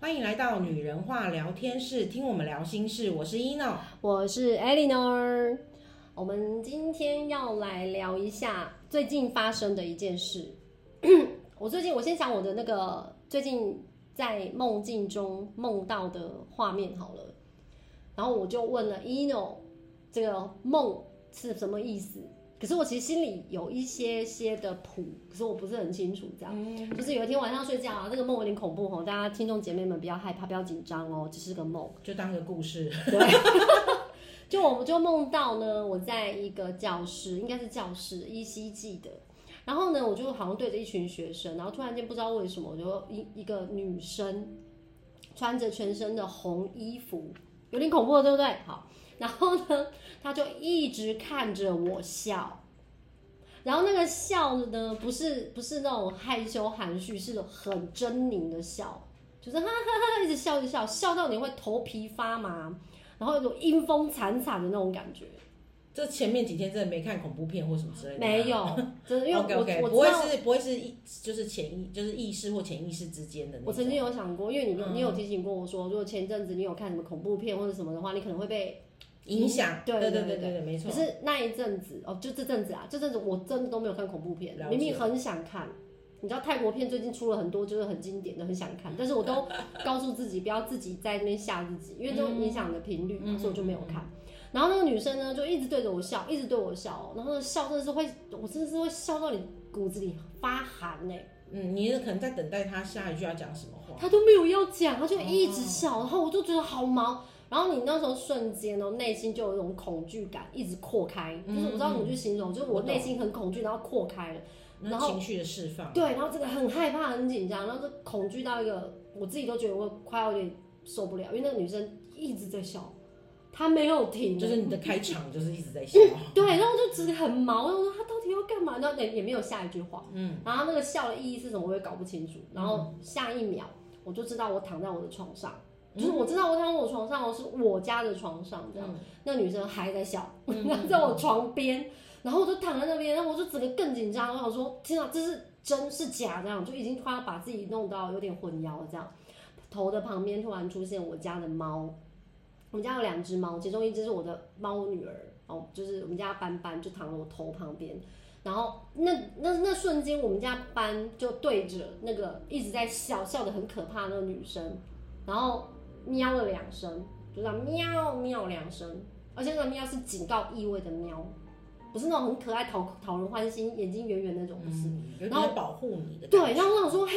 欢迎来到女人话聊天室，听我们聊心事。我是 ino，我是 Eleanor。我们今天要来聊一下最近发生的一件事。 我最近，我先讲我的那个最近在梦境中梦到的画面好了。然后我就问了 ino 这个梦是什么意思？可是我其实心里有一些些的谱，可是我不是很清楚这样。就是有一天晚上睡觉啊，这个梦有点恐怖哦，大家听众姐妹们不要害怕，不要紧张哦，只是个梦。就当个故事。就我们就梦到呢，我在一个教室，应该是教室依稀记得。然后呢，我就好像对着一群学生，然后突然间不知道为什么，我就一一个女生穿着全身的红衣服，有点恐怖，对不对？好，然后呢，她就一直看着我笑，然后那个笑呢，不是不是那种害羞含蓄，是很狰狞的笑，就是哈哈哈，一直笑一直笑，笑到你会头皮发麻。然后有种阴风惨惨的那种感觉，这前面几天真的没看恐怖片或什么之类的吗。没有，真的，因为 OK 我 OK，我啊不会知道，是不会是意就是潜意就是意识或潜意识之间的那我曾种。经有想过，因为你有你嗯有提醒过我说，如果前一阵子你有看什么恐怖片或者什么的话，你可能会被。影响，对对对对对对对，没错。可是那一阵子哦，就这阵子啊，这阵子我真的都没有看恐怖片了，解明明很想看。你知道泰国片最近出了很多，就是很经典的，很想看，但是 我都告诉自己不要自己在那边吓自己，因为这种影响你的频率，嗯所以我就没有看。然后那个女生呢，就一直对着我笑，一直对我笑哦，然后那笑真的是会，我真的是会笑到你骨子里发寒欸呢、嗯，你也可能在等待他下一句要讲什么话。他都没有要讲，他就哦一直笑，然后我就觉得好毛。然后你那时候瞬间哦，内心就有一种恐惧感一直扩开，嗯就是我不知道怎么去形容，就是我我懂内心很恐惧，然后扩开了，那然后情绪的释放。对，然后这个很害怕、很紧张，然后就恐惧到一个我自己都觉得我快要有点受不了，因为那个女生一直在笑，她没有停，就是你的开场就是一直在笑，对，然后我就只是很毛，然后我说她到底要干嘛？然后也也没有下一句话，嗯，然后那个笑的意义是什么，我也搞不清楚。然后下一秒我就知道我躺在我的床上，就是我知道我躺在我床上，我哦是我家的床上这样。那女生还在笑，然后在我床边，然后我就躺在那边，然后我就整个更紧张，我想说天啊，这是真是假这样，就已经快要把自己弄到有点混淆了这样。头的旁边突然出现我家的猫，我们家有两只猫，其中一只是我的猫女儿哦，就是我们家斑斑就躺在我头旁边。然后那那那瞬间，我们家班就对着那个一直在笑笑的很可怕的那个女生，然后喵了两声，就这样喵喵两声，而且那个喵是警告意味的喵，不是那种很可爱讨讨人欢心、眼睛圆圆那种，不是。嗯，有点然后在保护你的。对，，然后我想说，嘿，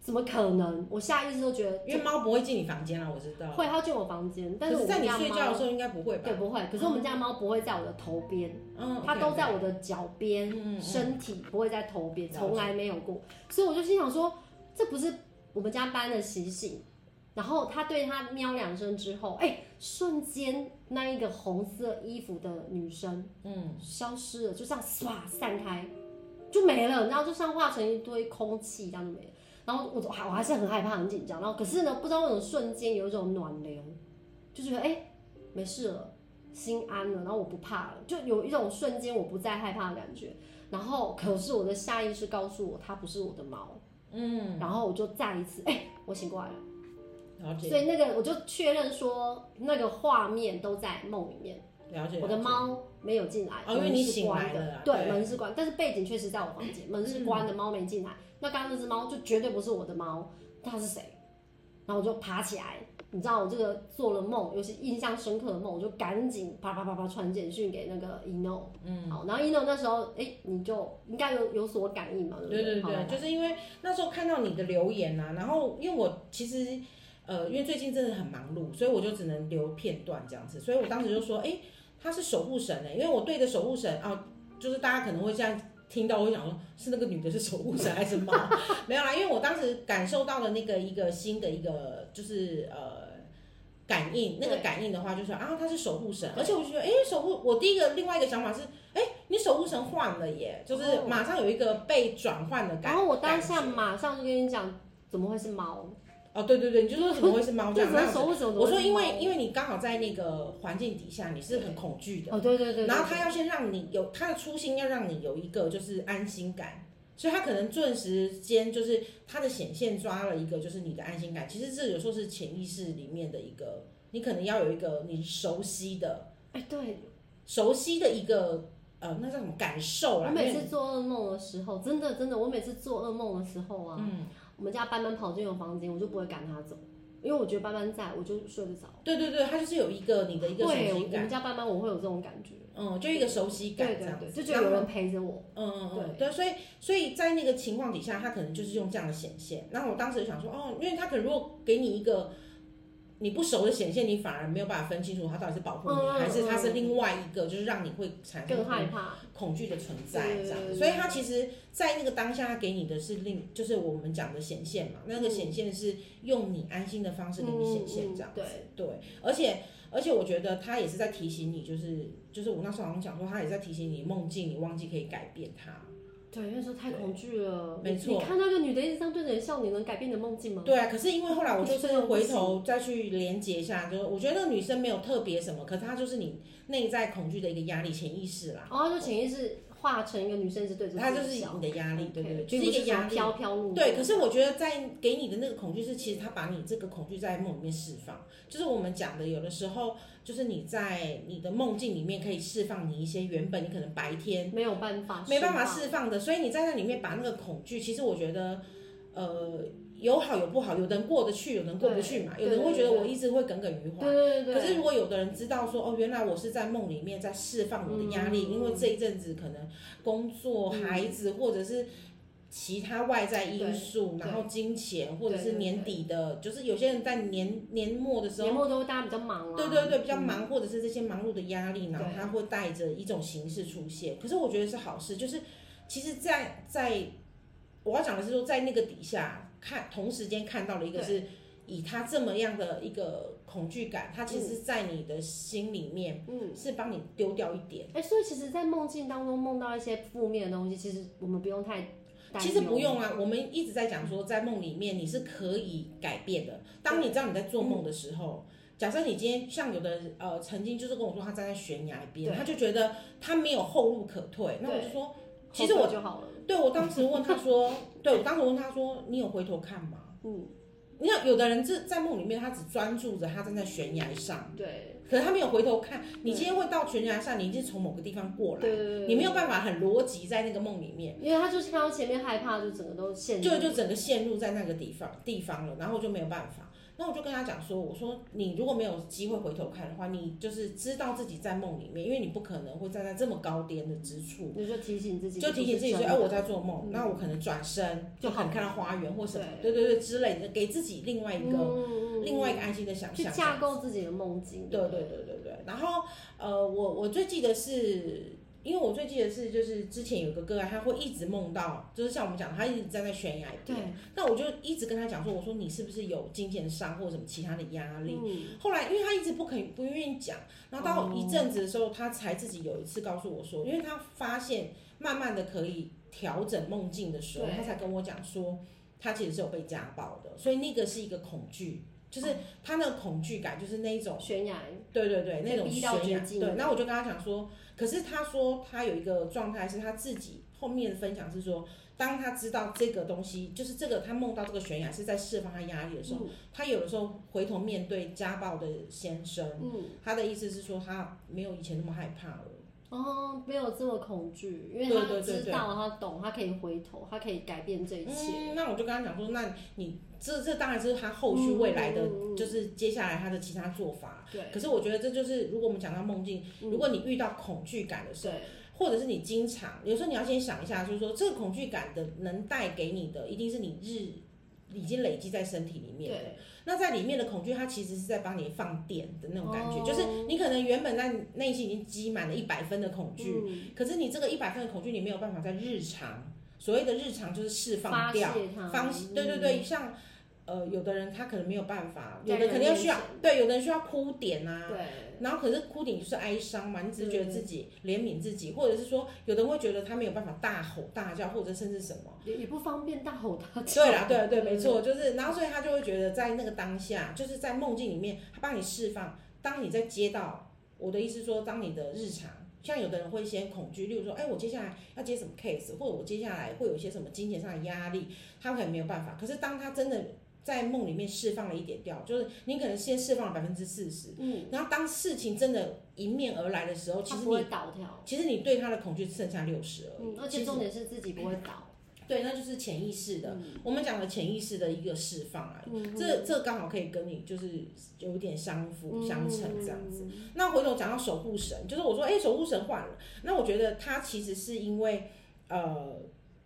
怎么可能？我下意识都觉得因为猫不会进你房间啊，我知道。会，它进我房间，但可我是们在你家睡觉猫的时候应该不会吧对？不会，可是我们家猫不会在我的头边。嗯，它都在我的脚边，嗯嗯身体不会在头边，了解从来没有过。所以我就心想说，这不是我们家班的习性。然后它对它喵两声之后，哎、瞬间那一个红色衣服的女生嗯，消失了，就这样唰散开，就没了，然后就像化成一堆空气一样就没了。然后我就还我还是很害怕很紧张，然后可是呢，不知道为什么瞬间有一种暖流，就觉得哎、没事了，心安了，然后我不怕了，就有一种瞬间我不再害怕的感觉。然后可是我的下意识告诉我它不是我的毛，嗯，然后我就再一次哎、我醒过来了，了解，所以那个我就确认说那个画面都在梦里面。了解。我的了解，猫没有进来，哦因为门你是醒关来的了啦对对，门是关，但是背景确实在我房 间，门是关的，猫没进来。那刚刚那只猫就绝对不是我的猫，它是谁？然后我就爬起来，你知道我这个做了梦，尤其印象深刻的梦，我就赶紧啪啪啪啪传简讯给那个 ino，嗯，好，然后 ino 那时候，哎，你就应该有有所感应嘛，对不对对好来对，就是因为那时候看到你的留言啊，然后因为我其实呃，因为最近真的很忙碌，所以我就只能留片段这样子，所以我当时就说，哎，他是守护神哎、因为我对着守护神啊，就是大家可能会这样。听到我会想说，是那个女的是守护神还是 猫？没有啦，因为我当时感受到的那个一个新的一个就是呃感应，那个对感应的话就是啊，他是守护神，而且我就觉得，哎，守护我第一个另外一个想法是，哎，你守护神换了耶，就是哦马上有一个被转换的感。然后我当下感觉马上就跟你讲，怎么会是猫？哦，对对对，你就说怎么会是猫就哦这样只那能样子？手握手。我说因为怎么会是因为你刚好在那个环境底下，你是很恐惧的。哦猫哦，对对对，对然后对他要先让你有他的初心，要让你有一个就是安心感，所以他可能顿时间就是他的显现抓了一个就是你的安心感，其实这有时候是潜意识里面的一个，你可能要有一个你熟悉的、哎，对熟悉的一个呃，那叫什么感受我啦？每因为次做噩梦的时候，真的真的，我每次做噩梦的时候啊，嗯，我们家班班跑进我房间，我就不会赶他走，因为我觉得班班在我就睡不着。对对对，他就是有一个你的一个熟会，我悉们感，家班班我会有这种感觉，嗯，就一个熟悉感对这对样对，子，就觉得有人陪着我。嗯嗯嗯，对，所以所以在那个情况底下，他可能就是用这样的显现。然后我当时就想说，哦，因为他可能如果给你一个你不熟的显现，你反而没有办法分清楚他到底是保护你，嗯还是他是嗯另外一个，就是让你会产生更害怕，恐惧的存在对这样对。对所以他其实，在那个当下，他给你的是另，就是我们讲的显现嘛。那个显现是用你安心的方式给你显现这样。嗯嗯嗯对，对，而且而且我觉得他也是在提醒你，就是就是我那时候好像讲说，他也在提醒你梦境，你忘记可以改变它。对，因为说太恐惧了。没错你看到一个女的一直这样对着你笑，你能改变你的梦境吗？对啊，可是因为后来我就真的回头再去连接一下，就是我觉得那个女生没有特别什么，可是她就是你内在恐惧的一个压力，潜意识啦，然后就潜意识化成一个女生一直对着她就自是己笑你的压力，对对 OK，对，就是一并个不压说力。飘飘落落。对，可是我觉得在给你的那个恐惧是，其实他把你这个恐惧在梦里面释放，就是我们讲的，有的时候就是你在你的梦境里面可以释放你一些原本你可能白天没有办法，没办法。释放的，所以你在那里面把那个恐惧，其实我觉得，呃，有好有不好，有的人过得去，有的人过不去嘛，对有的人会觉得对对我一直会耿耿于怀。对对对对。可是如果有的人知道说，哦，原来我是在梦里面在释放我的压力，嗯因为这一阵子可能工作、嗯孩子或者是。其他外在因素，对然后金钱，或者对是对年底的，就是有些人在年年末的时候年，末都会大家比较忙啊。对对对，比较嗯。忙，或者是这些忙碌的压力，然后对它会带着一种形式出现。可是我觉得是好事，就是其实在，在我要讲的是说，在那个底下看，同时间看到了一个是以他这么样的一个恐惧感，他其实在你的心里面嗯。是帮你丢掉一点。哎，所以其实，在梦境当中梦到一些负面的东西，其实我们不用太担忧。其实不用啊，我们一直在讲说，在梦里面你是可以改变的。当你知道你在做梦的时候，假设你今天像有的人呃，曾经就是跟我说他站在悬崖边，对他就觉得他没有后路可退。那我对就说，后其实悔我就好了。对我当时问他 说，对我当时问他说，你有回头看吗？嗯，你看，有的人是在梦里面，他只专注着他站在悬崖上，对可是他没有回头看。你对今天会到悬崖上，你一定是从某个地方过对来，对对。你没有办法很逻辑在那个梦里面。对，因为他就是看到前面害怕，就整个都陷入。就就整个陷入在那个地方地方了，然后我就没有办法。那我就跟他讲说，我说你如果没有机会回头看的话，你就是知道自己在梦里面，因为你不可能会站在这么高点的之处，你就提醒自己，就提醒自己说，哎、哎，我在做梦，嗯那我可能转身就就好很看到花园或什么，对对对对之类的，给自己另外一个、嗯另外一个安心的想去象。架构自己的梦境。对对对对对。然后呃，我我最记得是，因为我最记得是，就是之前有个个案，他会一直梦到，就是像我们讲，他一直站在悬崖边。对，那我就一直跟他讲说，我说你是不是有金钱上或者什么其他的压力？嗯，后来因为他一直不肯不愿意讲，然后到哦一阵子的时候，他才自己有一次告诉我说，因为他发现慢慢的可以调整梦境的时候，对他才跟我讲说，他其实是有被家暴的，所以那个是一个恐惧，哦就是他那个恐惧感，就是那一种。悬崖，对对对，那种被逼悬到崖绝。境对，那我就跟他讲说，可是他说他有一个状态是他自己后面分享是说，当他知道这个东西，就是这个他梦到这个悬崖是在释放他压力的时候，嗯他有的时候回头面对家暴的先生，嗯，他的意思是说他没有以前那么害怕了。哦，没有这么恐惧，因为对他对对知道，他懂，他可以回头，他可以改变这一切。嗯，那我就跟他讲说，那你这这当然是他后续未来的，嗯嗯嗯就是接下来他的其他做法。对，可是我觉得这就是，如果我们讲到梦境，嗯如果你遇到恐惧感的时候。对，或者是你经常，有时候你要先想一下，就是说这个恐惧感的能带给你的，一定是你日已经累积在身体里面的。对，那在里面的恐惧，它其实是在帮你放电的那种感觉，哦就是你可能原本在内心已经积满了一百分的恐惧，嗯可是你这个一百分的恐惧，你没有办法在日常所谓的日常就是释发放掉，泄他，方嗯对对对，像。呃，有的人他可能没有办法，有在的人可能要面需要前对，有的人需要哭点啊，嗯对，然后可是哭点就是哀伤嘛，你只是觉得自己怜悯自己，或者是说有的人会觉得他没有办法大吼大叫，或者甚至什么。也也不方便大吼大叫。 对啦，对对，没嗯错，就是，然后所以他就会觉得在那个当下，就是在梦境里面，他帮你释放。当你在接到我的意思说，当你的日常像有的人会先恐惧，例如说，哎，我接下来要接什么 case，或者我接下来会有一些什么金钱上的压力，他可能没有办法。可是当他真的在梦里面释放了一点掉，就是你可能先释放了百分之四十，嗯，然后当事情真的迎面而来的时候，其它实不你会倒掉，其实你对他的恐惧剩下六十而已。嗯，而其且实重点是自己不会倒，对，那就是潜意识的。嗯我们讲的潜意识的一个释放啊，嗯这这刚好可以跟你就是有一点相辅相成这样子。嗯那回头讲到守护神，就是我说，哎、守护神换了，那我觉得他其实是因为，呃，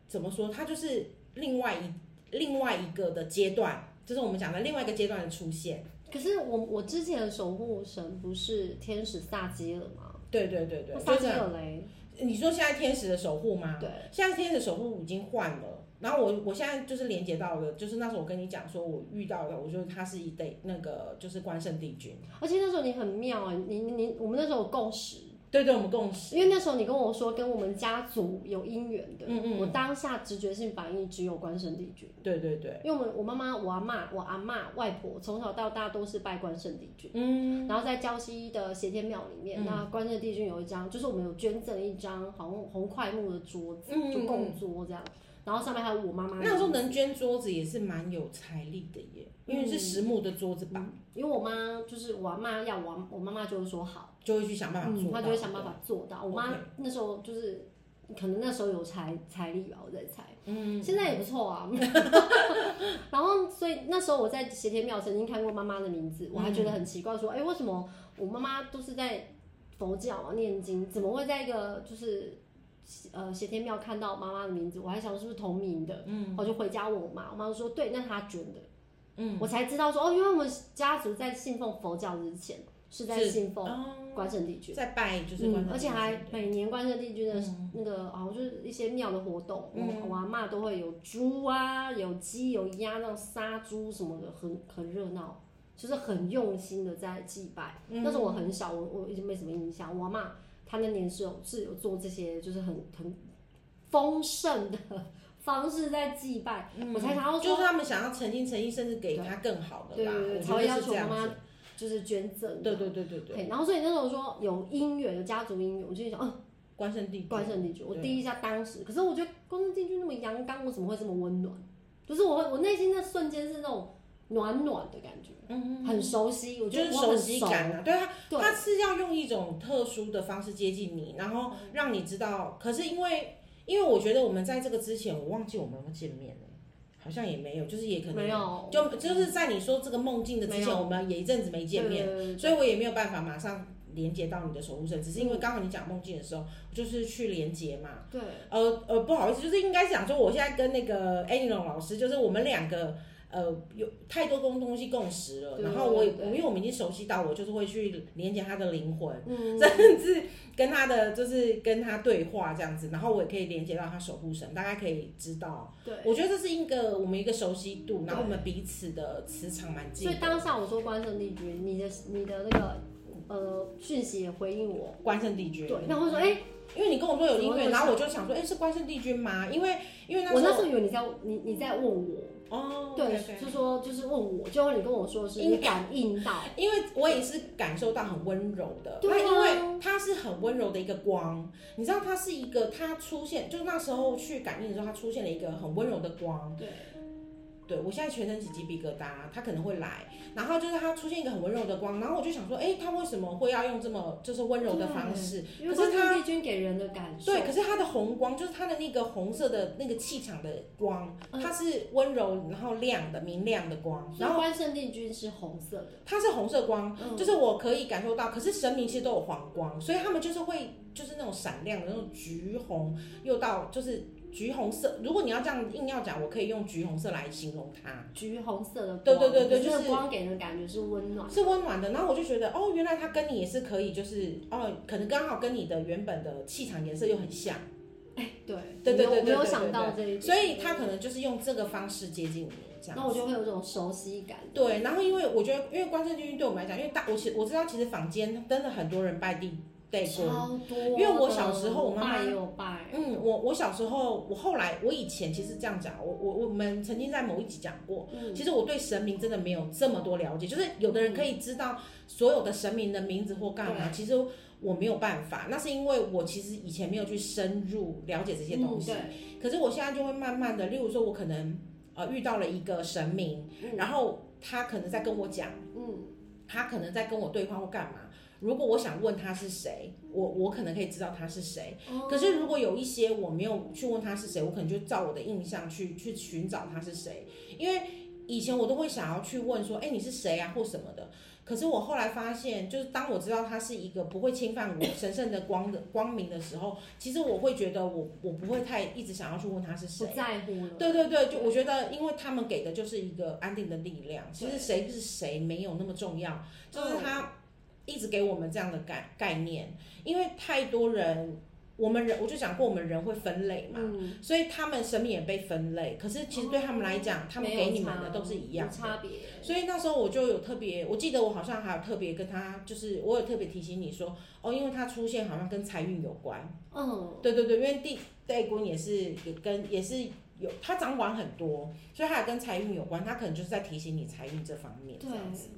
怎么说，他就是另外一另外一个的阶段，就是我们讲的另外一个阶段的出现。可是我我之前的守护神不是天使萨基尔吗？对对对对，那就萨基是尔嘞，你说现在天使的守护吗？对，现在天使守护已经换了，然后我我现在就是连接到了，就是那时候我跟你讲说我遇到的，我觉得他是一对那个就是关圣帝君，而且那时候你很妙哎、你你你我们那时候有共识，对对，我们共识，因为那时候你跟我说跟我们家族有姻缘的，嗯嗯我当下直觉性反应只有关圣帝君，对对对，因为我们我妈妈、我阿妈、我阿妈、外婆从小到大都是拜关圣帝君，嗯，然后在礁溪的斜天庙里面，嗯那关圣帝君有一张，就是我们有捐赠一张好像红块木的桌子，嗯嗯就供桌这样，然后上面还有我妈妈那时候能捐桌子也是蛮有财力的耶，因为是实木的桌子吧，因为我妈就是我阿妈要我阿我妈妈就会说好，就会去想办法做嗯，到，她就会想办法做到。我妈 OK 那时候就是可能那时候有财财力吧，我在猜。嗯，现在也不错啊。 然后，所以那时候我在斜天庙曾经看过妈妈的名字，我还觉得嗯很奇怪，说，哎、为什么我妈妈都是在佛教啊念经，怎么会在一个就是呃斜天庙看到妈妈的名字？我还想是不是同名的，嗯，我就回家问我妈，我妈就说，对，那她捐的，嗯，我才知道说，哦，因为我们家族在信奉佛教之前是在是信奉哦，关圣帝君。在拜就是关圣嗯，帝而且君，还对每年关圣帝君的嗯那个，好像就是一些庙的活动，嗯我我阿嬷都会有猪啊，有鸡，有鸭，那种杀猪什么的，很很热闹，就是很用心的在祭拜。嗯但是我很小，我我已经没什么印象。我阿嬷她那年是有是有做这些，就是很很丰盛的方式在祭拜，我才想要嗯就说是他们想要诚心诚意，甚至给他更好的对啦，对对我才会觉要得是求这样妈妈子，就是捐赠。啊对对对对对，嘿。然后所以那时候说有姻缘，有家族姻缘，我就想，哦，关圣帝君，关圣帝君，我对第一下当时，可是我觉得关圣帝君那么阳刚，我怎么会这么温暖？就是我会，我内心那瞬间是那种暖暖的感觉，嗯，很熟悉，我觉就得是我很熟悉感啊，对他对他是要用一种特殊的方式接近你，然后让你知道。可是因为，因为我觉得我们在这个之前，我忘记我们有没有见面了，好像也没有，就是也可能没有就就是在你说这个梦境的之没前，有我们也一阵子没见面，面所以我也没有办法马上连接到你的守护神，只是嗯因为刚好你讲梦境的时候，我就是去连接嘛。对，呃呃，不好意思，就是应该讲说，我现在跟那个 a n i l 老师，就是我们两个。呃，有太多共东西共识了，对然后我也对因为我们已经熟悉到，我就是会去连接他的灵魂，嗯，甚至跟他的就是跟他对话这样子，然后我也可以连接到他守护神，大概可以知道。对。我觉得这是一个我们一个熟悉度，对然后我们彼此的磁场蛮近所的。以当下我说关圣帝君，你的你的那个呃讯息也回应我，关圣帝君，对，那我说嗯哎，因为你跟我说有音怎么会乐，有然后我就想说，哎、是关圣帝君吗？因为因为那我时那候时候以为你在你你在问我，哦，对，就说就是问我，就你跟我说是你感应到，因为我也是感受到很温柔的，对那啊因为它是很温柔的一个光，你知道它是一个，它出现就是那时候去感应的时候，它出现了一个很温柔的光，对，对我现在全身起鸡皮疙瘩，它可能会来，然后就是它出现一个很温柔的光，然后我就想说，哎，它为什么会要用这么就是温柔的方式？因为可关是他圣帝君给人的感受，对，可是它的红光就是它的那个红色的那个气场的光，嗯它是温柔然后亮的明亮的光，所然以后关圣帝君是红色的，它是红色光。嗯就是我可以感受到，可是神明其实都有黄光，所以他们就是会就是那种闪亮的那种橘红，又到就是橘红色。如果你要这样硬要讲，我可以用橘红色来形容它，橘红色的光，对对对对可是那个就是光给人的感觉是温暖，是温暖的。然后我就觉得，哦，原来它跟你也是可以，就是哦，可能刚好跟你的原本的气场颜色又很像，对对对对我没对对有没有想到这一点，所以它可能就是用这个方式接近你这样子。那我就会有种熟悉感，对，然后因为我觉得，因为关圣帝君对我们来讲，因为大我其我知道，其实坊间真的很多人拜地代工。超多的。因为我小时候我妈妈爸也有拜，嗯，我我小时候，我后来我以前其实这样讲，我我我们曾经在某一集讲过，嗯其实我对神明真的没有这么多了解，就是有的人可以知道所有的神明的名字或干嘛，其实我没有办法，那是因为我其实以前没有去深入了解这些东西。嗯对可是我现在就会慢慢的，例如说我可能呃遇到了一个神明，嗯然后他可能在跟我讲，嗯，他可能在跟我对话或干嘛。如果我想问他是谁，我我可能可以知道他是谁。哦可是如果有一些我没有去问他是谁，我可能就照我的印象去去寻找他是谁，因为以前我都会想要去问说，哎、你是谁啊或什么的。可是我后来发现，就是当我知道他是一个不会侵犯我神圣的光的光明的时候，其实我会觉得我我不会太一直想要去问他是不谁。在乎了，对对对，就我觉得，因为他们给的就是一个安定的力量，其实谁是谁没有那么重嗯要，就是他一直给我们这样的概概念，因为太多人，我们人我就讲过，我们人会分类嘛，嗯，所以他们生命也被分类，可是其实对他们来讲，他们给你们的都是一样无的。哦差别。所以那时候我就有特别，我记得我好像还有特别跟他，就是我有特别提醒你说，哦，因为他出现好像跟财运有关，嗯，对对对，因为地代工也是也跟也是有，他掌管很多，所以他也跟财运有关，他可能就是在提醒你财运这方面这对，样子。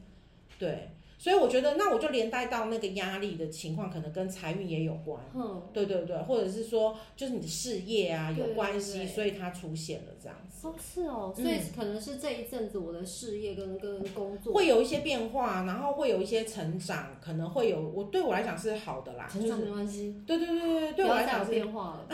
对，所以我觉得那我就连带到那个压力的情况，可能跟财运也有关。嗯，对对对，或者是说就是你的事业啊对有关系，对对所以它出现了这样子，哦是哦，所以可能是这一阵子我的事业跟跟工作会有一些变化，然后会有一些成长，可能会有我对我来讲是好的啦，成长就是没关系，对对对对对，不对我要来再有讲是变化了。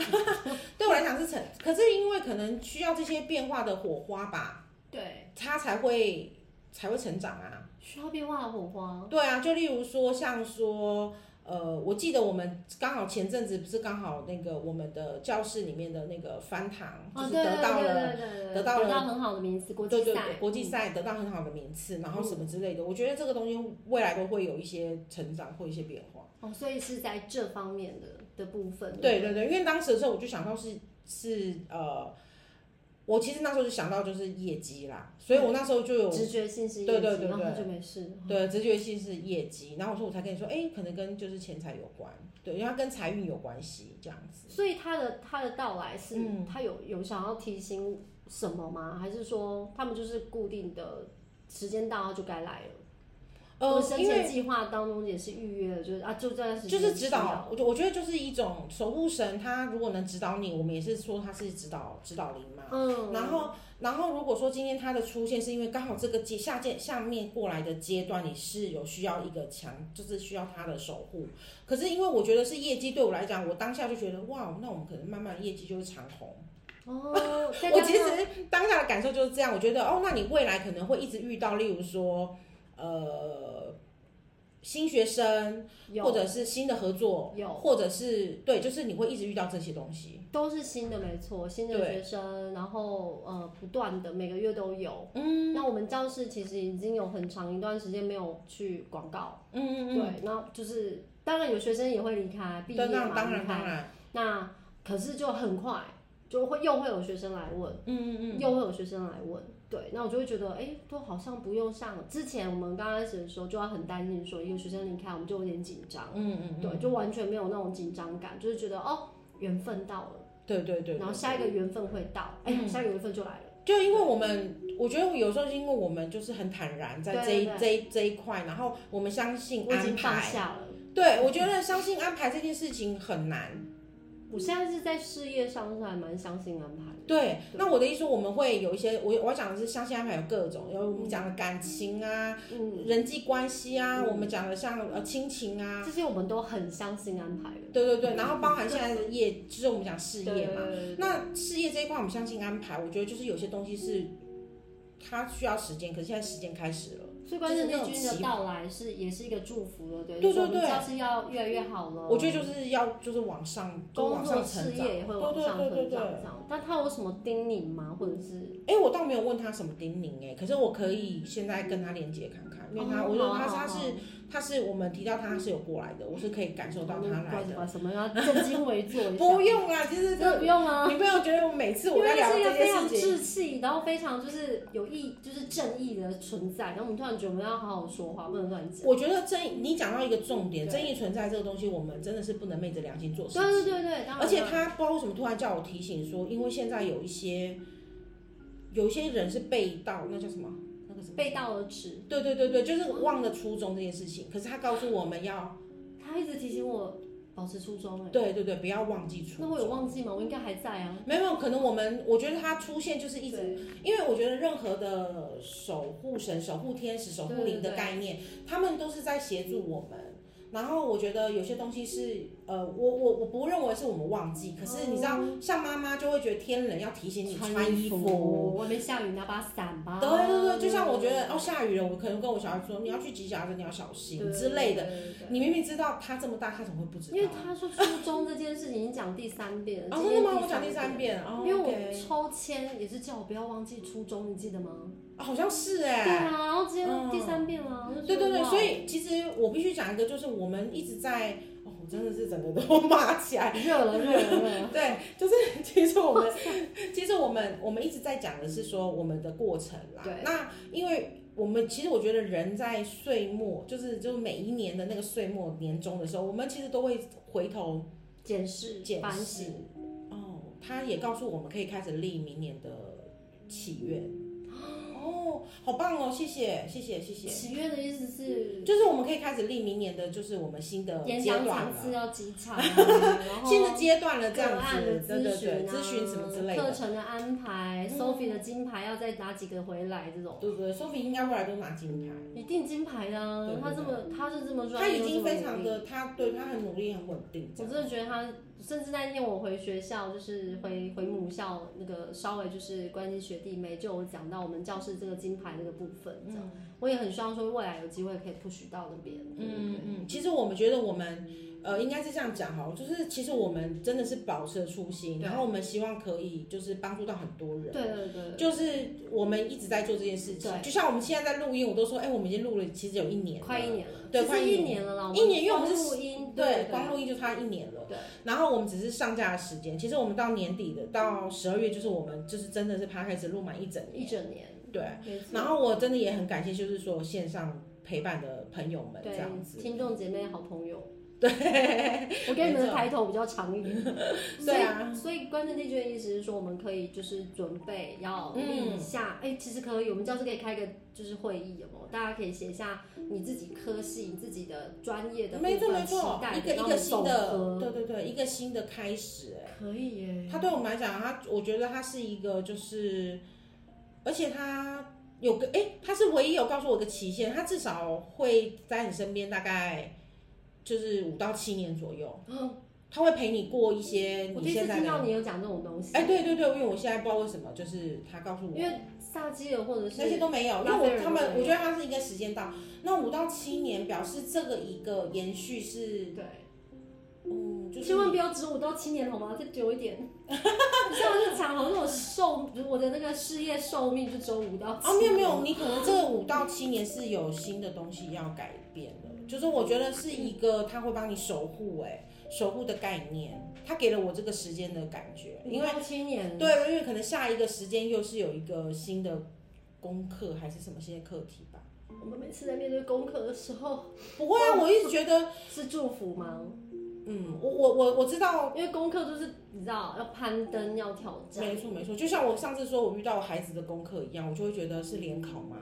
对我来讲是成，可是因为可能需要这些变化的火花吧，对，它才会才会成长啊。需要变化的火花。对啊，就例如说像说，呃，我记得我们刚好前阵子不是刚好那个我们的教室里面的那个翻堂，就哦，是对对得到对了。对对对，得到了很好的名次，国对际对赛，嗯对，国际赛得到很好的名次，然后什么之类的，我觉得这个东西未来都会有一些成长或一些变化。哦，所以是在这方面的的部分。对对对，因为当时的时候我就想到是是呃，我其实那时候就想到就是业绩啦，所以我那时候就有直觉性是业绩，对对对然后对他就没事。嗯对，直觉性是业绩，然后我说我才跟你说，哎、可能跟就是钱财有关，对，因为它跟财运有关系，这样子。所以他的他的到来是，嗯他有有想要提醒什么吗？还是说他们就是固定的时间到他就该来了？我呃的，生因前为计划当中也是预约了，就是啊，就这段时间就是指需要导，我觉我觉得就是一种守护神，他如果能指导你，我们也是说他是指导指导灵嘛。嗯，然后，然后如果说今天他的出现是因为刚好这个阶下阶下面过来的阶段，你是有需要一个强，就是需要他的守护。可是因为我觉得是业绩对我来讲，我当下就觉得哇，那我们可能慢慢业绩就会长红。哦，再我加其上实当下的感受就是这样，我觉得哦，那你未来可能会一直遇到，例如说，呃，新学生，有或者是新的合作，有或者是对，就是你会一直遇到这些东西。都是新的没错，新的对学生，然后呃不断的每个月都有。嗯那我们教室其实已经有很长一段时间没有去广告，嗯嗯嗯，对，那就是当然有学生也会离开，毕业对，当然嘛当离然开当然，那可是就很快，就会又会有学生来问，嗯嗯嗯，又会有学生来问，对，那我就会觉得，哎、都好像不用上了。之前我们刚开始的时候就要很担心，说一个学生离开，我们就有点紧张，嗯嗯嗯，对，就完全没有那种紧张感，就是觉得哦，缘分到了，对对对。然后对下一个缘分会到，哎、嗯下一个缘分就来了，就因为我们，我觉得有时候是因为我们就是很坦然在这一对对这一这一块，然后我们相信我已安经放排。下了。对，我觉得相信安排这件事情很难，我现在是在事业上是还蛮相信安排的，对，那我的意思，我们会有一些，我我要讲的是相信安排有各种，有我们讲的感情啊、嗯，人际关系啊，嗯我们讲的像呃亲情啊，这些我们都很相信安排的，对对对，然后包含现在的业，就是我们讲事业嘛。嗯对那事业这一块，我们相信安排，我觉得就是有些东西是它需要时间，可是现在时间开始了。所以关键日军的到来是也是一个祝福了，对对对就是我们对教室要越来越好了。我觉得就是要就是往上，就工往作上成事长。业也会往上对对对对成长对这样。但他有什么叮咛吗？或者是欸嗯哎，我倒没有问他什么叮咛哎，可是我可以现在跟他连接看看，因为哦他，我说他啊他是他是我们提到他是有过来的，我是可以感受到他来的。的，什么要正襟危坐一下？不用啦，其实真的不用啊，女朋友觉得我每次因我在为聊是一个这非件常事情，志气，然后非常就是有义，就是正义的存在。然后我们突然觉得我们要好好说话，不能乱讲。我觉得正义，你讲到一个重点，对正义存在这个东西，我们真的是不能昧着良心做事对对对对，当然而且他不知道为什么突然叫我提醒说，因为现在有一些有一些人是被盗，那叫什么？那个什么？背道而驰，对对对对，就是忘了初衷这件事情。可是他告诉我们要，他一直提醒我保持初衷、哎，对对对，不要忘记初那衷我。有忘记吗？我应该还在啊。没有没有，可能我们我觉得他出现就是一直，直因为我觉得任何的守护神、守护天使、守护灵对对的对概念，他们都是在协助我们。然后我觉得有些东西是，呃，我我我不认为是我们忘记，可是你知道，哦像妈妈就会觉得天冷要提醒你穿衣服，，外面下雨拿把伞吧。对对对，就像我觉得哦下雨了，我可能跟我小孩说你要去吉祥镇，你要小心之类的。的。你明明知道他这么大，他怎么会不知因为道？他说初中这件事情已经讲第三遍了，哦，真的吗？我讲第三遍，遍哦因，为我 OK 抽签也是叫我不要忘记初中，你记得吗？啊好像是哎、对啊，然后今天嗯第三遍了，我就对觉对得对，哇所以其实我必须讲一个，就是我们一直在，哦，我真的是整个都骂起来。热了热了热了，对，就是 其实我们，其实我们我们一直在讲的是说我们的过程啦。对那因为我们其实我觉得人在岁末，就是就是每一年的那个岁末年终的时候，我们其实都会回头检视检反视省，。哦，他也告诉我们可以开始立明年的祈愿。哦，好棒哦！谢谢，谢谢，谢谢。喜悦的意思是就是我们可以开始立明年的，就是我们新的演阶讲段场次了，要几 场啊，然后新的阶段了这个样案的子，对对对，咨询啊，咨询什么之类课的，程的安排嗯，Sophie 的金牌要再拿几个回来这种，对对对，Sophie 应该未来都拿金牌，一定金牌的啊对，对他这么他是这么他专业，已经非常又这么努力。的，他对他很努力，很稳定，这我样真的觉得他，甚至那一天我回学校，就是回回母校，那个稍微就是关心学弟妹，就有讲到我们教室这个金牌这个部分，这样、我也很希望说未来有机会可以 push 到那边。嗯嗯，其实我们觉得我们，呃，应该是这样讲哈，就是其实我们真的是保持了初心，对然后我们希望可以就是帮助到很多人对，对对就是我们一直在做这件事情，对就像我们现在在录音，我都说，哎，我们已经录了，其实有一对，年了，快一年了，对其快实一一年年了啦，一年因为我们是录音，对，对，光录音就差一年了。对，然后我们只是上架的时间，其实我们到年底的，到十二月就是我们就是真的是 p 开始录满一整一年。整年，对，没错。然后我真的也很感谢，就是说线上陪伴的朋友们这对样，子。听众姐妹、好朋友， 对，我给你们没的错抬头比较长 一点。所对啊以，所以关键第句的意思是说，我们可以就是准备要嗯立下，哎、其实可以，我们教室可以开个就是会议，有没有？大家可以写下你自己科系、你自己的专业的部没错没分期错，待一个的，一个然后我们新总的，和。对对对，一个新的开始。哎可以耶，它对我们来讲，它我觉得它是一个就是，而且它有个哎，它是唯一有告诉我一个期限，它至少会在你身边大概就是五到七年左右。嗯他会陪你过一些我你第一次现在听到的。你有讲这种东西。哎，对对对，因为我现在不知道为什么，就是他告诉我，因为萨基尔或者那些是都没有，因为拉斐尔我他们，都没有我觉得他是一个时间到，那五到七年表示这个一个延续是，对。嗯，就是千万不要指我到七年好吗？再久一 点。你这样就讲好像我寿，我的那个事业寿命就只有五到七。啊，没有没有，你可能这个五到七年是有新的东西要改变的，就是我觉得是一个他会帮你守护，哎，守护的概念，他给了我这个时间的感觉，因五为到七年。对，因为可能下一个时间又是有一个新的功课还是什么新的课题吧。我们每次在面对功课的时候，不会啊，我一直觉得，是祝福吗？嗯，我我我我知道，因为功课就是你知道要攀登，要挑战。没错没错，就像我上次说我遇到我孩子的功课一样，我就会觉得是联考吗？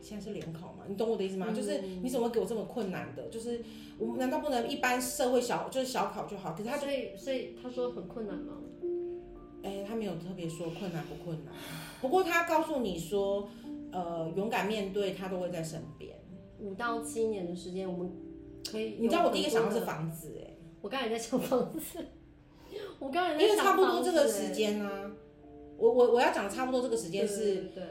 现在是联考吗？你懂我的意思吗？嗯就是你怎么给我这么困难的？就是我们难道不能一般社会小就是小考就好？可是他就，所以所以他说很困难吗？哎，他没有特别说困难不困难，不过他告诉你说，呃，勇敢面对，他都会在身边。五到七年的时间，我们可以。你知道我第一个想到是，房子、哎。我刚才也在想房子， 我刚才因也在为想欸差不多房这子个时间啊，我我我要讲的差不多这个时间对是对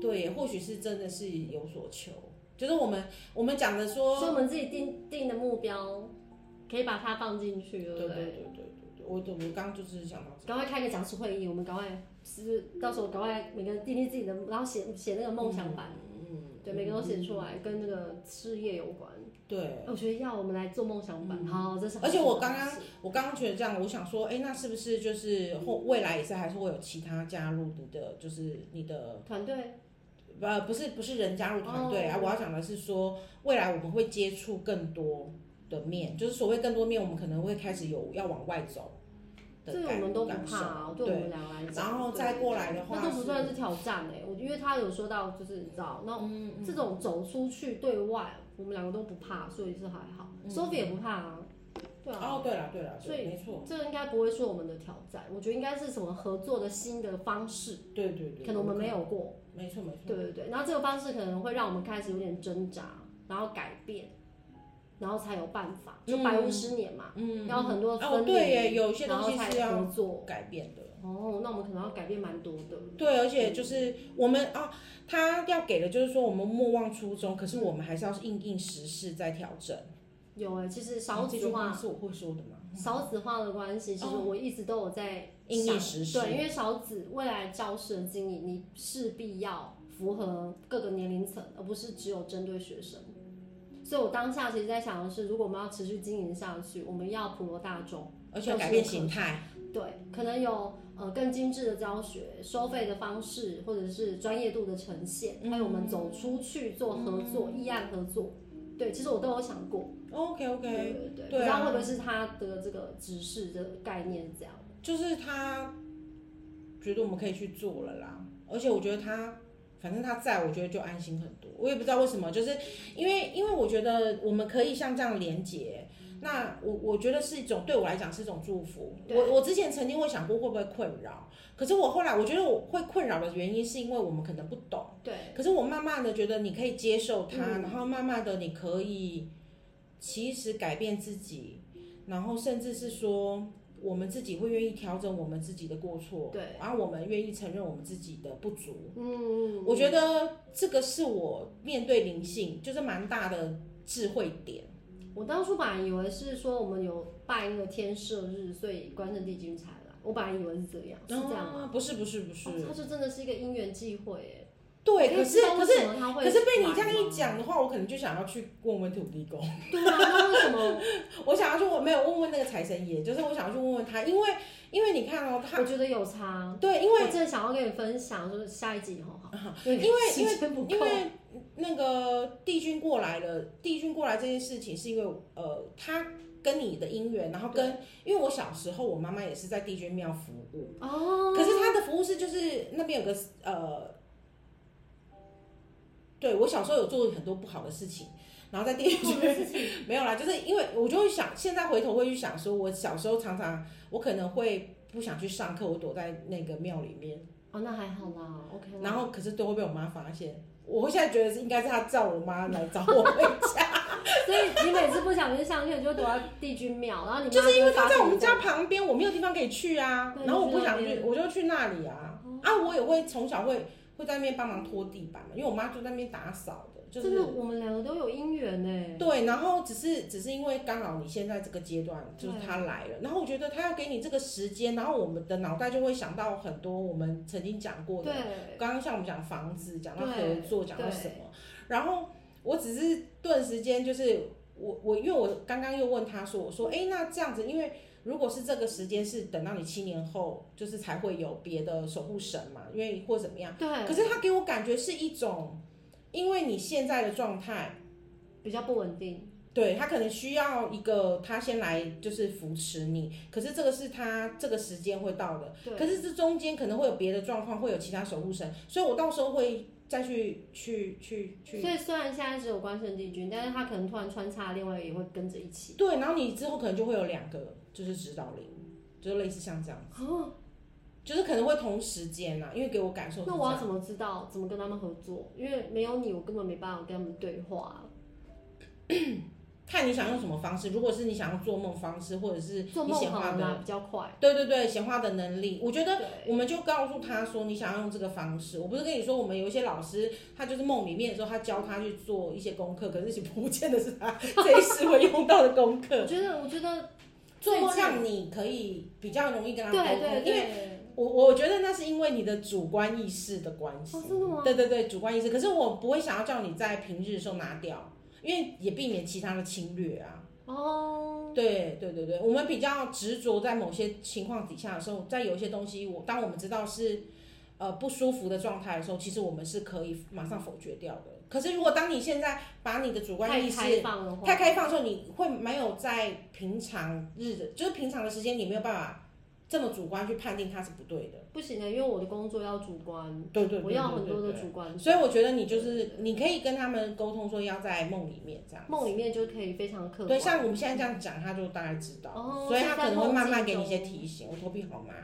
对对，或许是真的是有所求，就是我们我们讲的所以我说，们自己定定的目标，可以把它放进去，对对对不对对对？对对，我我刚刚就是想到这赶快开个讲师会议，我们赶快是不是到时候赶快每个人订立自己的，然后写写那个梦想版。个，嗯，对，每个有写出来，跟那个事业有关。对，嗯哎我觉得要我们来做梦想版，好，这是好而且我的刚东刚西我刚刚觉得这样，我想说，哎，那是不是就是后未来也是还是会有其他加入你的，就是你的团队呃，不是不是人加入团队、哦啊，我要讲的是说，未来我们会接触更多的面，就是所谓更多面，我们可能会开始有要往外走的这个我感们都不感受怕啊，对我对，们俩来讲，然后对再过来的话那是，都不算是挑战哎、我因为他有说到，就是你知道，那嗯嗯这种走出去对外，我们两个都不怕，所以是还好。嗯 Sophie 也不怕啊，对啊，哦，对了对了，所以对，没错，这个应该不会是我们的挑战，我觉得应该是什么合作的新的方式，对对对，可能我们没有过，没错没错，对对对，然后这个方式可能会让我们开始有点挣扎，然后改变，然后才有办法，就白屋失年嘛，嗯，要很多哦分离，对耶，有些然东后西是才要合作。改变的。哦，那我们可能要改变蛮多的。对，而且就是我们啊、他要给的就是说我们莫忘初衷，可是我们还是要应应时事再调整。有哎、其实然少后嗯这子句化话是我会说的吗？少子化的关系，其实哦我一直都有在应想应时事，对，因为少子未来教师的经营，你势必要符合各个年龄层，而不是只有针对学生。所以我当下其实在想的是，如果我们要持续经营下去，我们要普罗大众，而且要改变形态，对，可能有呃更精致的教学、收费的方式，或者是专业度的呈现，还有我们走出去做合作、议案合作。对，其实我都有想过， OK 对 OK，对对，不对啊知道会不会是他的这个指示的概念是这样。就是他觉得我们可以去做了啦，而且我觉得他。反正他在我觉得就安心很多，我也不知道为什么，就是因为因为我觉得我们可以像这样连接，那我我觉得是一种对我来讲是一种祝福。对我我之前曾经会想过会不会困扰，可是我后来我觉得我会困扰的原因是因为我们可能不懂。对，可是我慢慢的觉得你可以接受它，嗯然后慢慢的你可以其实改变自己，然后甚至是说我们自己会愿意调整我们自己的过错，对，然后我们愿意承认我们自己的不足。嗯，我觉得这个是我面对灵性就是蛮大的智慧点。我当初本来以为是说我们有拜那个天赦日，所以关圣帝君才来。我本来以为是这样，是这样啊？吗？不是不是不是，哦，它就真的是一个因缘际会耶。对，我可也是不知道可为是什么它会可是被你这来样一吗，讲的话，我可能就想要去问问土地公。对啊，那为什么？ 我想要去问，没有问问那个财神爷，就是我想要去问问他，因为因为你看哦，他我觉得有差。对， 因为啊我真的想要跟你分享，就是下一集好不好？因因为时间不够因，为那个帝君过来了，帝君过来这件事情是因为呃，他跟你的姻缘，然后跟因为我小时候我妈妈也是在帝君庙服务，哦，可是她的服务是就是那边有个呃，对我小时候有做很多不好的事情，然后在帝君我的事情 没有啦，就是因为我就会想，现在回头会去想，说我小时候常常我可能会不想去上课，我躲在那个庙里面，哦，那还好啦，OK 啦。然后可是都会被我妈发现。我会现在觉得是应该是她叫我妈来 找我回家，所以你每次不想去上课，你就躲在帝君庙，然后你妈就是因为就会她发现在我们你家旁边，我没有地方可以去啊对，然后我不想就去去，那边哦我就去那里啊啊！我也会从小会会在那边帮忙拖地板嘛，因为我妈就在那边打扫的，就真的，是我们两个都有姻缘呢。对，然后只是只是因为刚好你现在这个阶段就是对他来了，然后我觉得他要给你这个时间，然后我们的脑袋就会想到很多我们曾经讲过的，对，刚刚像我们讲房子，讲到合对作，讲到对什么，然后我只是顿时间就是我我因为我刚刚又问他说，我说诶，那这样子，因为如果是这个时间是等到你七年后，就是才会有别的守护神嘛，因为或怎么样，对，可是他给我感觉是一种，因为你现在的状态。比较不稳定。对他可能需要一个他先来就是扶持你，可是这个是他这个时间会到的，对，可是这中间可能会有别的状况，会有其他守护神，所以我到时候会再去去去去，所以虽然现在只有关圣帝君，但是他可能突然穿插另外一个也会跟着一起。对，然后你之后可能就会有两个就是指导灵，就是类似像这样子，哦，就是可能会同时间啊呐、因为给我感受是那我这要样怎么知道怎么跟他们合作？因为没有你，我根本没办法跟他们对话。看你想用什么方式，如果是你想用做梦方式，或者是做你梦显好化了啦的，，比较快。对对对，显化的能力，我觉得。对，我们就告诉他说，你想要用这个方式。我不是跟你说，我们有一些老师，他就是梦里面的时候，他教他去做一些功课，可是不见得是他 这一世会用到的功我课。觉得，我觉得做最梦近让你可以比较容易跟他对沟通，对因为对，我我觉得那是因为你的主观意识的关系哦，。真的吗？对对对，主观意识。可是我不会想要叫你在平日的时候拿掉，因为也避免其他的侵略啊。哦，对对对对，我们比较执着在某些情况底下的时候，在有一些东西我，当我们知道是呃不舒服的状态的时候，其实我们是可以马上否决掉的。可是如果当你现在把你的主观太意识开放的太话，开放的时候，你会没有在平常日的，就是平常的时间，你没有办法这么主观去判定它是不对的。不行的，因为我的工作要主观，对对对对对我要很多的对主观，所以我觉得你就是你可以跟他们沟通说要在梦里面这样。梦里面就可以非常客观。对，像我们现在这样讲，他就大概知道，嗯哦所以他可能会慢慢给你一些提醒。我头皮好吗？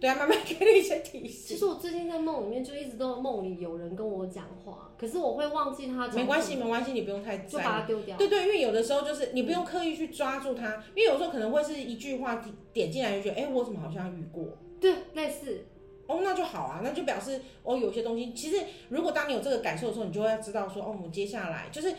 对啊，慢慢给你一些提其醒。实我最近在梦里面就一直都有梦里有人跟我讲话，可是我会忘记 他讲什么没关系，，没关系，你不用太就在把意。它丢掉。对对，因为有的时候就是你不用刻意去抓住他，因为有时候可能会是一句话点点进来就觉得，哎，我怎么好像遇过？对，类似哦，那就好啊，那就表示哦，有些东西其实如果当你有这个感受的时候，你就会知道说，哦，我接下来就是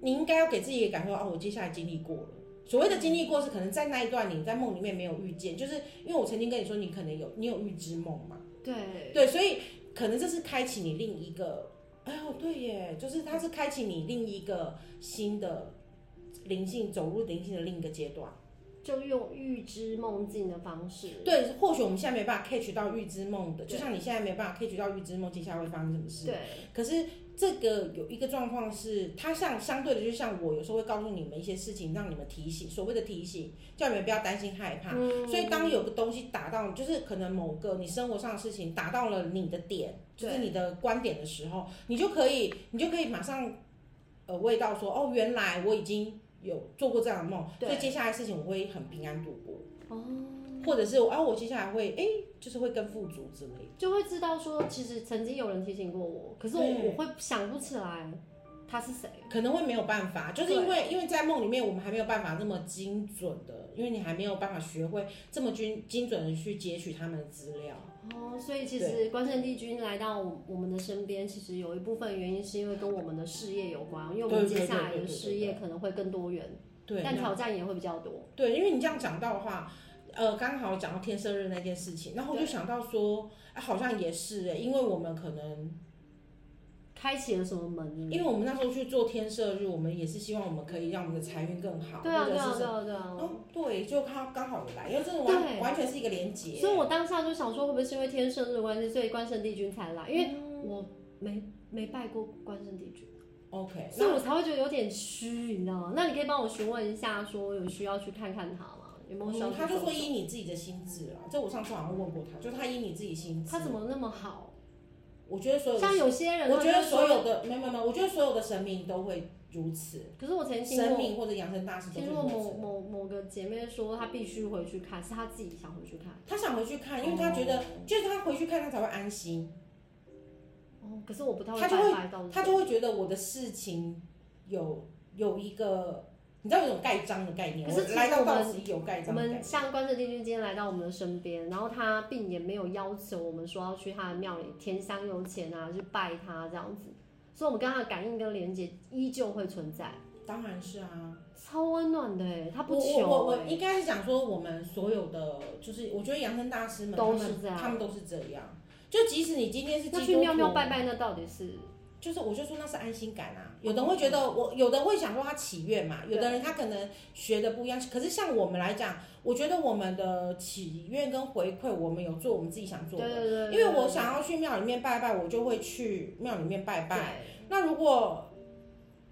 你应该要给自己的感受，哦，我接下来经历过了。所谓的经历过是可能在那一段你在梦里面没有遇见，就是因为我曾经跟你说，你可能有你有预知梦嘛，对，对，所以可能这是开启你另一个，哎呦，对耶，就是它是开启你另一个新的灵性走入灵性的另一个阶段。就用预知梦境的方式。对，或许我们现在没办法 catch 到预知梦的，对就像你现在没办法 catch 到预知梦接下来会发生什么事。对，可是这个有一个状况是，它像相对的，就像我有时候会告诉你们一些事情，让你们提醒，所谓的提醒，叫你们不要担心害怕。嗯所以当有个东西打到，就是可能某个你生活上的事情打到了你的点，就是对你的观点的时候，你就可以，你就可以马上，呃，味道说，哦，原来我已经有做过这样的梦，对所以接下来的事情我会很平安度过。哦，或者是我啊，我接下来会哎、就是会更富足之类的。就会知道说，其实曾经有人提醒过我，可是我对我会想不起来他是谁。可能会没有办法，就是对因为因为在梦里面，我们还没有办法那么精准的，因为你还没有办法学会这么精精准的去截取他们的资料。哦，所以其实关圣帝君来到我我们的身边，其实有一部分原因是因为跟我们的事业有关，因为我对们对接下对来对的对事业可能会更多元，对，但那挑战也会比较多。对，因为你这样讲到的话，呃，刚好讲到天赦日那件事情，然后我就对想到说，啊、好像也是哎、因为我们可能，开启了什么门？因为我们那时候去做天赦日，我们也是希望我们可以让我们的财运更好，对啊，或对者是什啊，对么。啊，对啊。哦，对，就刚刚好有来，因为这种对完完全是一个连结。所以我当下就想说，会不会是因为天生的关系，所以关圣帝君才来？因为嗯我没没拜过关圣帝君。 OK，所以我才会觉得有点虚，你知道吗？那你可以帮我询问一下，说有需要去看看他吗？有没有需要嗯去他走走、就说依你自己的心智啦，这我上次好像问过他，就他依你自己心智。他怎？么那么好？我觉得所有的像有些人，我觉得他就说所有，的没有没有没有，我觉得所有的神明都会如此，可是我曾经听神过明或者养生大师都是听过如某此。某某个姐妹说，她必须回去看，是她自己想回去看。他想回去看，因为他觉得、就是他回去看他才会安心，哦，可是我不太他会就拜拜到他就会觉得我的事情有有一个。你知道有一种盖章的概念，可是我其实来到我们道士有盖我章的概们念。像关圣帝君今天来到我们的身边，然后他并也没有要求我们说要去他的庙里添香油钱啊，去拜他这样子，所以我们跟他的感应跟连接依旧会存在。当然是啊，超温暖的哎，他我不我我求我哎，应该是讲说，我们所有的就是，我觉得养生大师们都他是们这样他们都是这样。就即使你今天是基督那徒，去庙庙拜拜那到底是就是我就说那是安心感啊。有的人会觉哦得我，有的人会想说他祈愿嘛，有的人他可能学的不一样。可是像我们来讲，我觉得我们的祈愿跟回馈，我们有做我们自己想对做的。对对，因为我想要去庙里面拜拜，我就会去庙里面拜拜。拜，那如果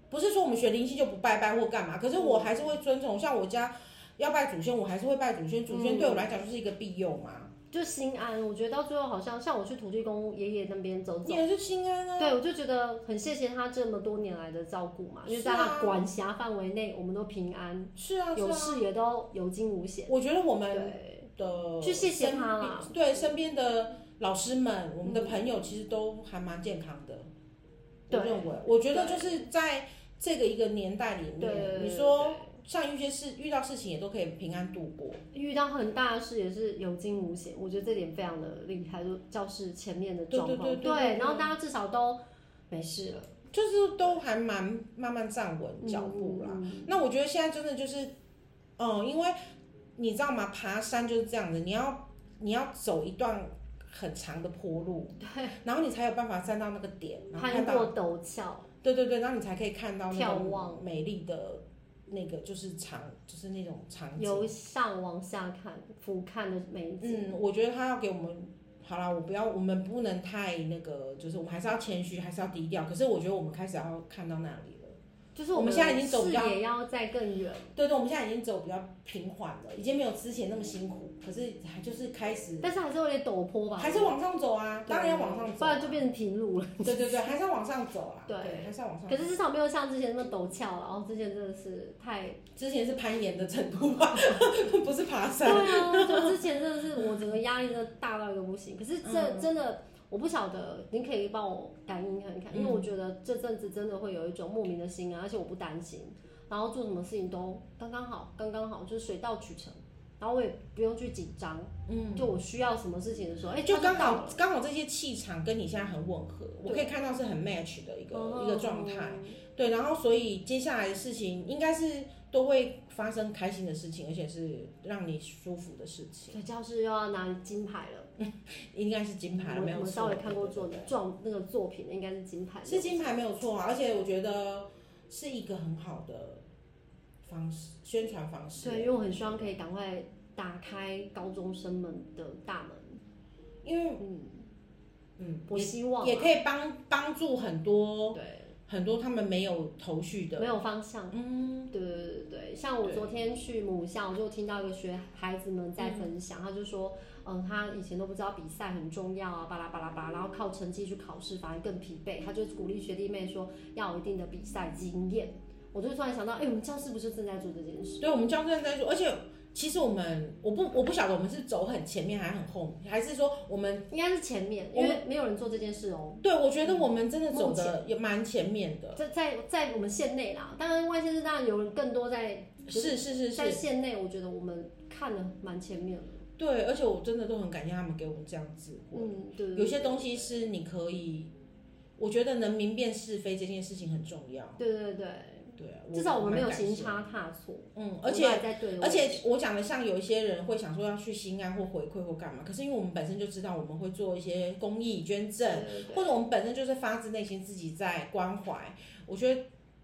不是说我们学灵性就不拜拜或干嘛，可是嗯我还是会遵从，像我家要拜祖先，我还是会拜祖先，祖先嗯对我来讲就是一个庇佑嘛，就心安。我觉得到最后好像像我去土地公爷爷那边走你走。也是心安啊。对，我就觉得很谢谢他这么多年来的照顾嘛，因为在是啊他管辖范围内，我们都平安，是啊，是有啊。事也都有惊无险。我觉得我们对，的去谢谢身他啦嗯边对身边的老师们，我们的朋友其实都还蛮健康的。对我认为，我觉得就是在这个一个年代里对，面，你说像一些事遇到事情也都可以平安度过。对遇到很大的事也是有惊无险，我觉得这点非常的厉害，就教室前面的对状对况，对对对然后大家至少都没事了，就是都还蛮慢慢站稳脚步啦。嗯那我觉得现在真的就是，嗯，因为你知道吗？爬山就是这样的，你要你要走一段很长的坡路，对，然后你才有办法站到那个点，然后攀看到，过陡峭，对对对，然后你才可以看到那眺个望美丽的那个就是场，就是那种场景。由上往下看，俯瞰的美景。嗯，我觉得他要给我们，好啦，我不要，我们不能太那个，就是我们还是要谦虚，还是要低调。可是我觉得我们开始要看到那里了。就是我们们现在已经走视比较野要再更远，对对，我们现在已经走比较平缓了，已经没有之前那么辛苦，可是还就是开始但是还是有点陡坡吧，还是往上走啊，当然要往上走，不然就变成平路了。对对对，还是要往上走啦，对对，还是要往上可。是至少没有像之前那么陡峭了，哦，之前真的是太之前是攀岩的程度吧，不是爬对山。啊，就之前真的是我整个压力真的大到一个不行。可是这嗯真的我不晓得，您可以帮我感应看嗯看，因为我觉得这阵子真的会有一种莫名的心啊安，而且我不担心，然后做什么事情都刚刚好，刚刚好，就是水到渠成，然后我也不用去紧张，嗯，就我需要什么事情的时候，哎、就它刚到好了刚好这些气场跟你现在很吻合，我可以看到是很 match 的一哦个一个状态。，对，然后所以接下来的事情应该是都会发生开心的事情，而且是让你舒服的事情，对，教室又要拿金牌了。应该是金牌了，没我有我错。稍微看过作对对对状那个作品的，应该是金牌。是金牌没有错啊，而且我觉得是一个很好的方式宣传方式。欸对，因为我很希望可以赶快打开高中生们的大门。因为嗯，嗯，我希望啊也可以帮帮助很多对，很多他们没有头绪的，没有方向。嗯，对对对对，像我对嗯昨天去母校，就听到一个学孩子们在分享，他就说，嗯，他以前都不知道比赛很重要啊，巴拉巴拉巴拉，然后靠成绩去考试反而更疲惫。他就鼓励学弟妹说，要有一定的比赛经验。我就突然想到，哎、我们教室不是正在做这件事？对，我们教练在做，而且其实我们我不我不晓得我们是走很前面还是很后面，还是说我们应该是前面，因我们为没有人做这件事哦。对我觉得我们真的走目前的也蛮前面的，在在在我们县内啦，当然外县市当然有人更多在，是是是嗯嗯在是，县内，我觉得我们看的蛮前面的。对，而且我真的都很感谢他们给我们这样子，嗯，对对有些东西是你可以，我觉得能明辨是非这件事情很重要，对对对，对啊，至少我们没有蛮感行谢，差踏错，嗯，我而们且还在对的位置，而且我讲的像有一些人会想说要去新安或回馈或干嘛，可是因为我们本身就知道我们会做一些公益捐赠，对对或者我们本身就是发自内心自己在关怀，我觉得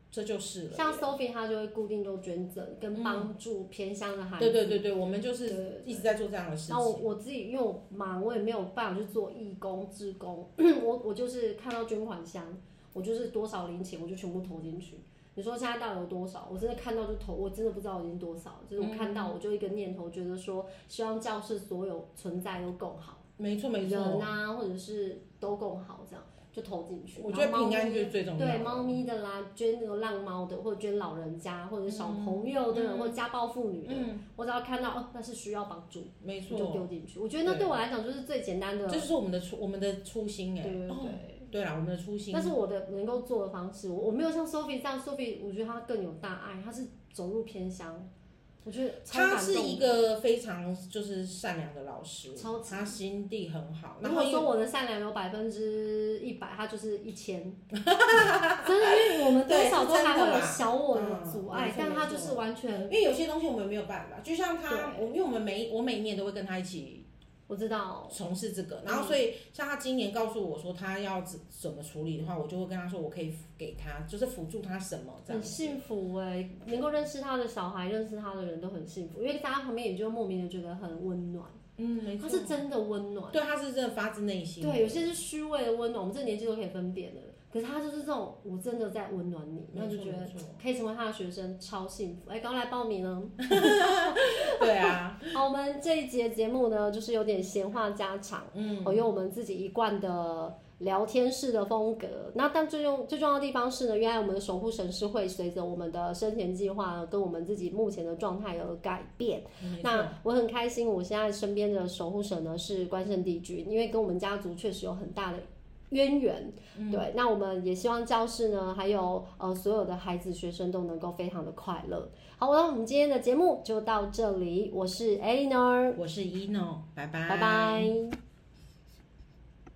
这就是对了。像 Sophie 她就会固定都捐赠跟帮助偏乡的孩子，对对对对，我们就对是对一直在做这样的事然后我情。我自己因为我忙，我也没有办法去做义工、志工， 我我就是看到捐款箱，我就是多少零钱我就全部投进去。你说现在到底有多少？我真的看到就投，我真的不知道已经多少。就是我看嗯到我就一个念头，觉得说希望教室所有存在都更好，没错没人错，啊或者是都更好，这样就投进去。我觉得然后猫平咪安就是最重要对的。猫咪的啦，捐那个浪猫的，或者捐老人家，或者小朋友的，或者家暴妇女的，嗯，我只要看到哦，那是需要帮助。没就错，丢进去。我觉得那对我来讲就是最简单的，这对就是我们的初我们的初心哎、对哦，对。对啦，我们的初心但。是我的能够做的方式，我我没有像 Sophie 这样，Sophie 我觉得她更有大爱，她是走入偏乡，我觉得超他感是一动。个非常就是善良的老师超，级他心地很好。如然后果因为说我的善良有百分之一百，她就是一 千，真的，因为我们多对少是都真的还会有啦小我的嗯阻没碍错，但没她错就是完全，因为有些东西我们没有办法，就像他，对我因为我们每我每一年都会跟他一起我知道，从事这个，嗯然后所以像他今年告诉我说他要怎怎么处理的话，我就会跟他说我可以给他，就是辅助他什么这样很子。幸福哎、能够认识她的小孩，认识她的人都很幸福，因为在她旁边也就莫名的觉得很温暖，嗯，没她错，是真的温暖。对，他是真的发自内心。对，有些是虚伪的温暖，我们这个年纪都可以分辨的。可是他就是这种，我真的在温暖你，然后没就错觉没得错，可以成为他的学生，超幸福。哎，赶快来报 名呢！对 啊，好，我们这一节节目呢，就是有点闲话家常，嗯，哦，有我们自己一贯的聊天式的风格。那但最重最重要的地方是呢，原来我们的守护神是会随着我们的生前计划跟我们自己目前的状态而改变。没错，那我很开心，我现在身边的守护神呢是关圣帝君，因为跟我们家族确实有很大的渊源。嗯对，那我们也希望教室呢，还有呃所有的孩子学生都能够非常的快乐。好，那我们今天的节目就到这里，我是 Eleanor，我是 ino，拜拜，拜拜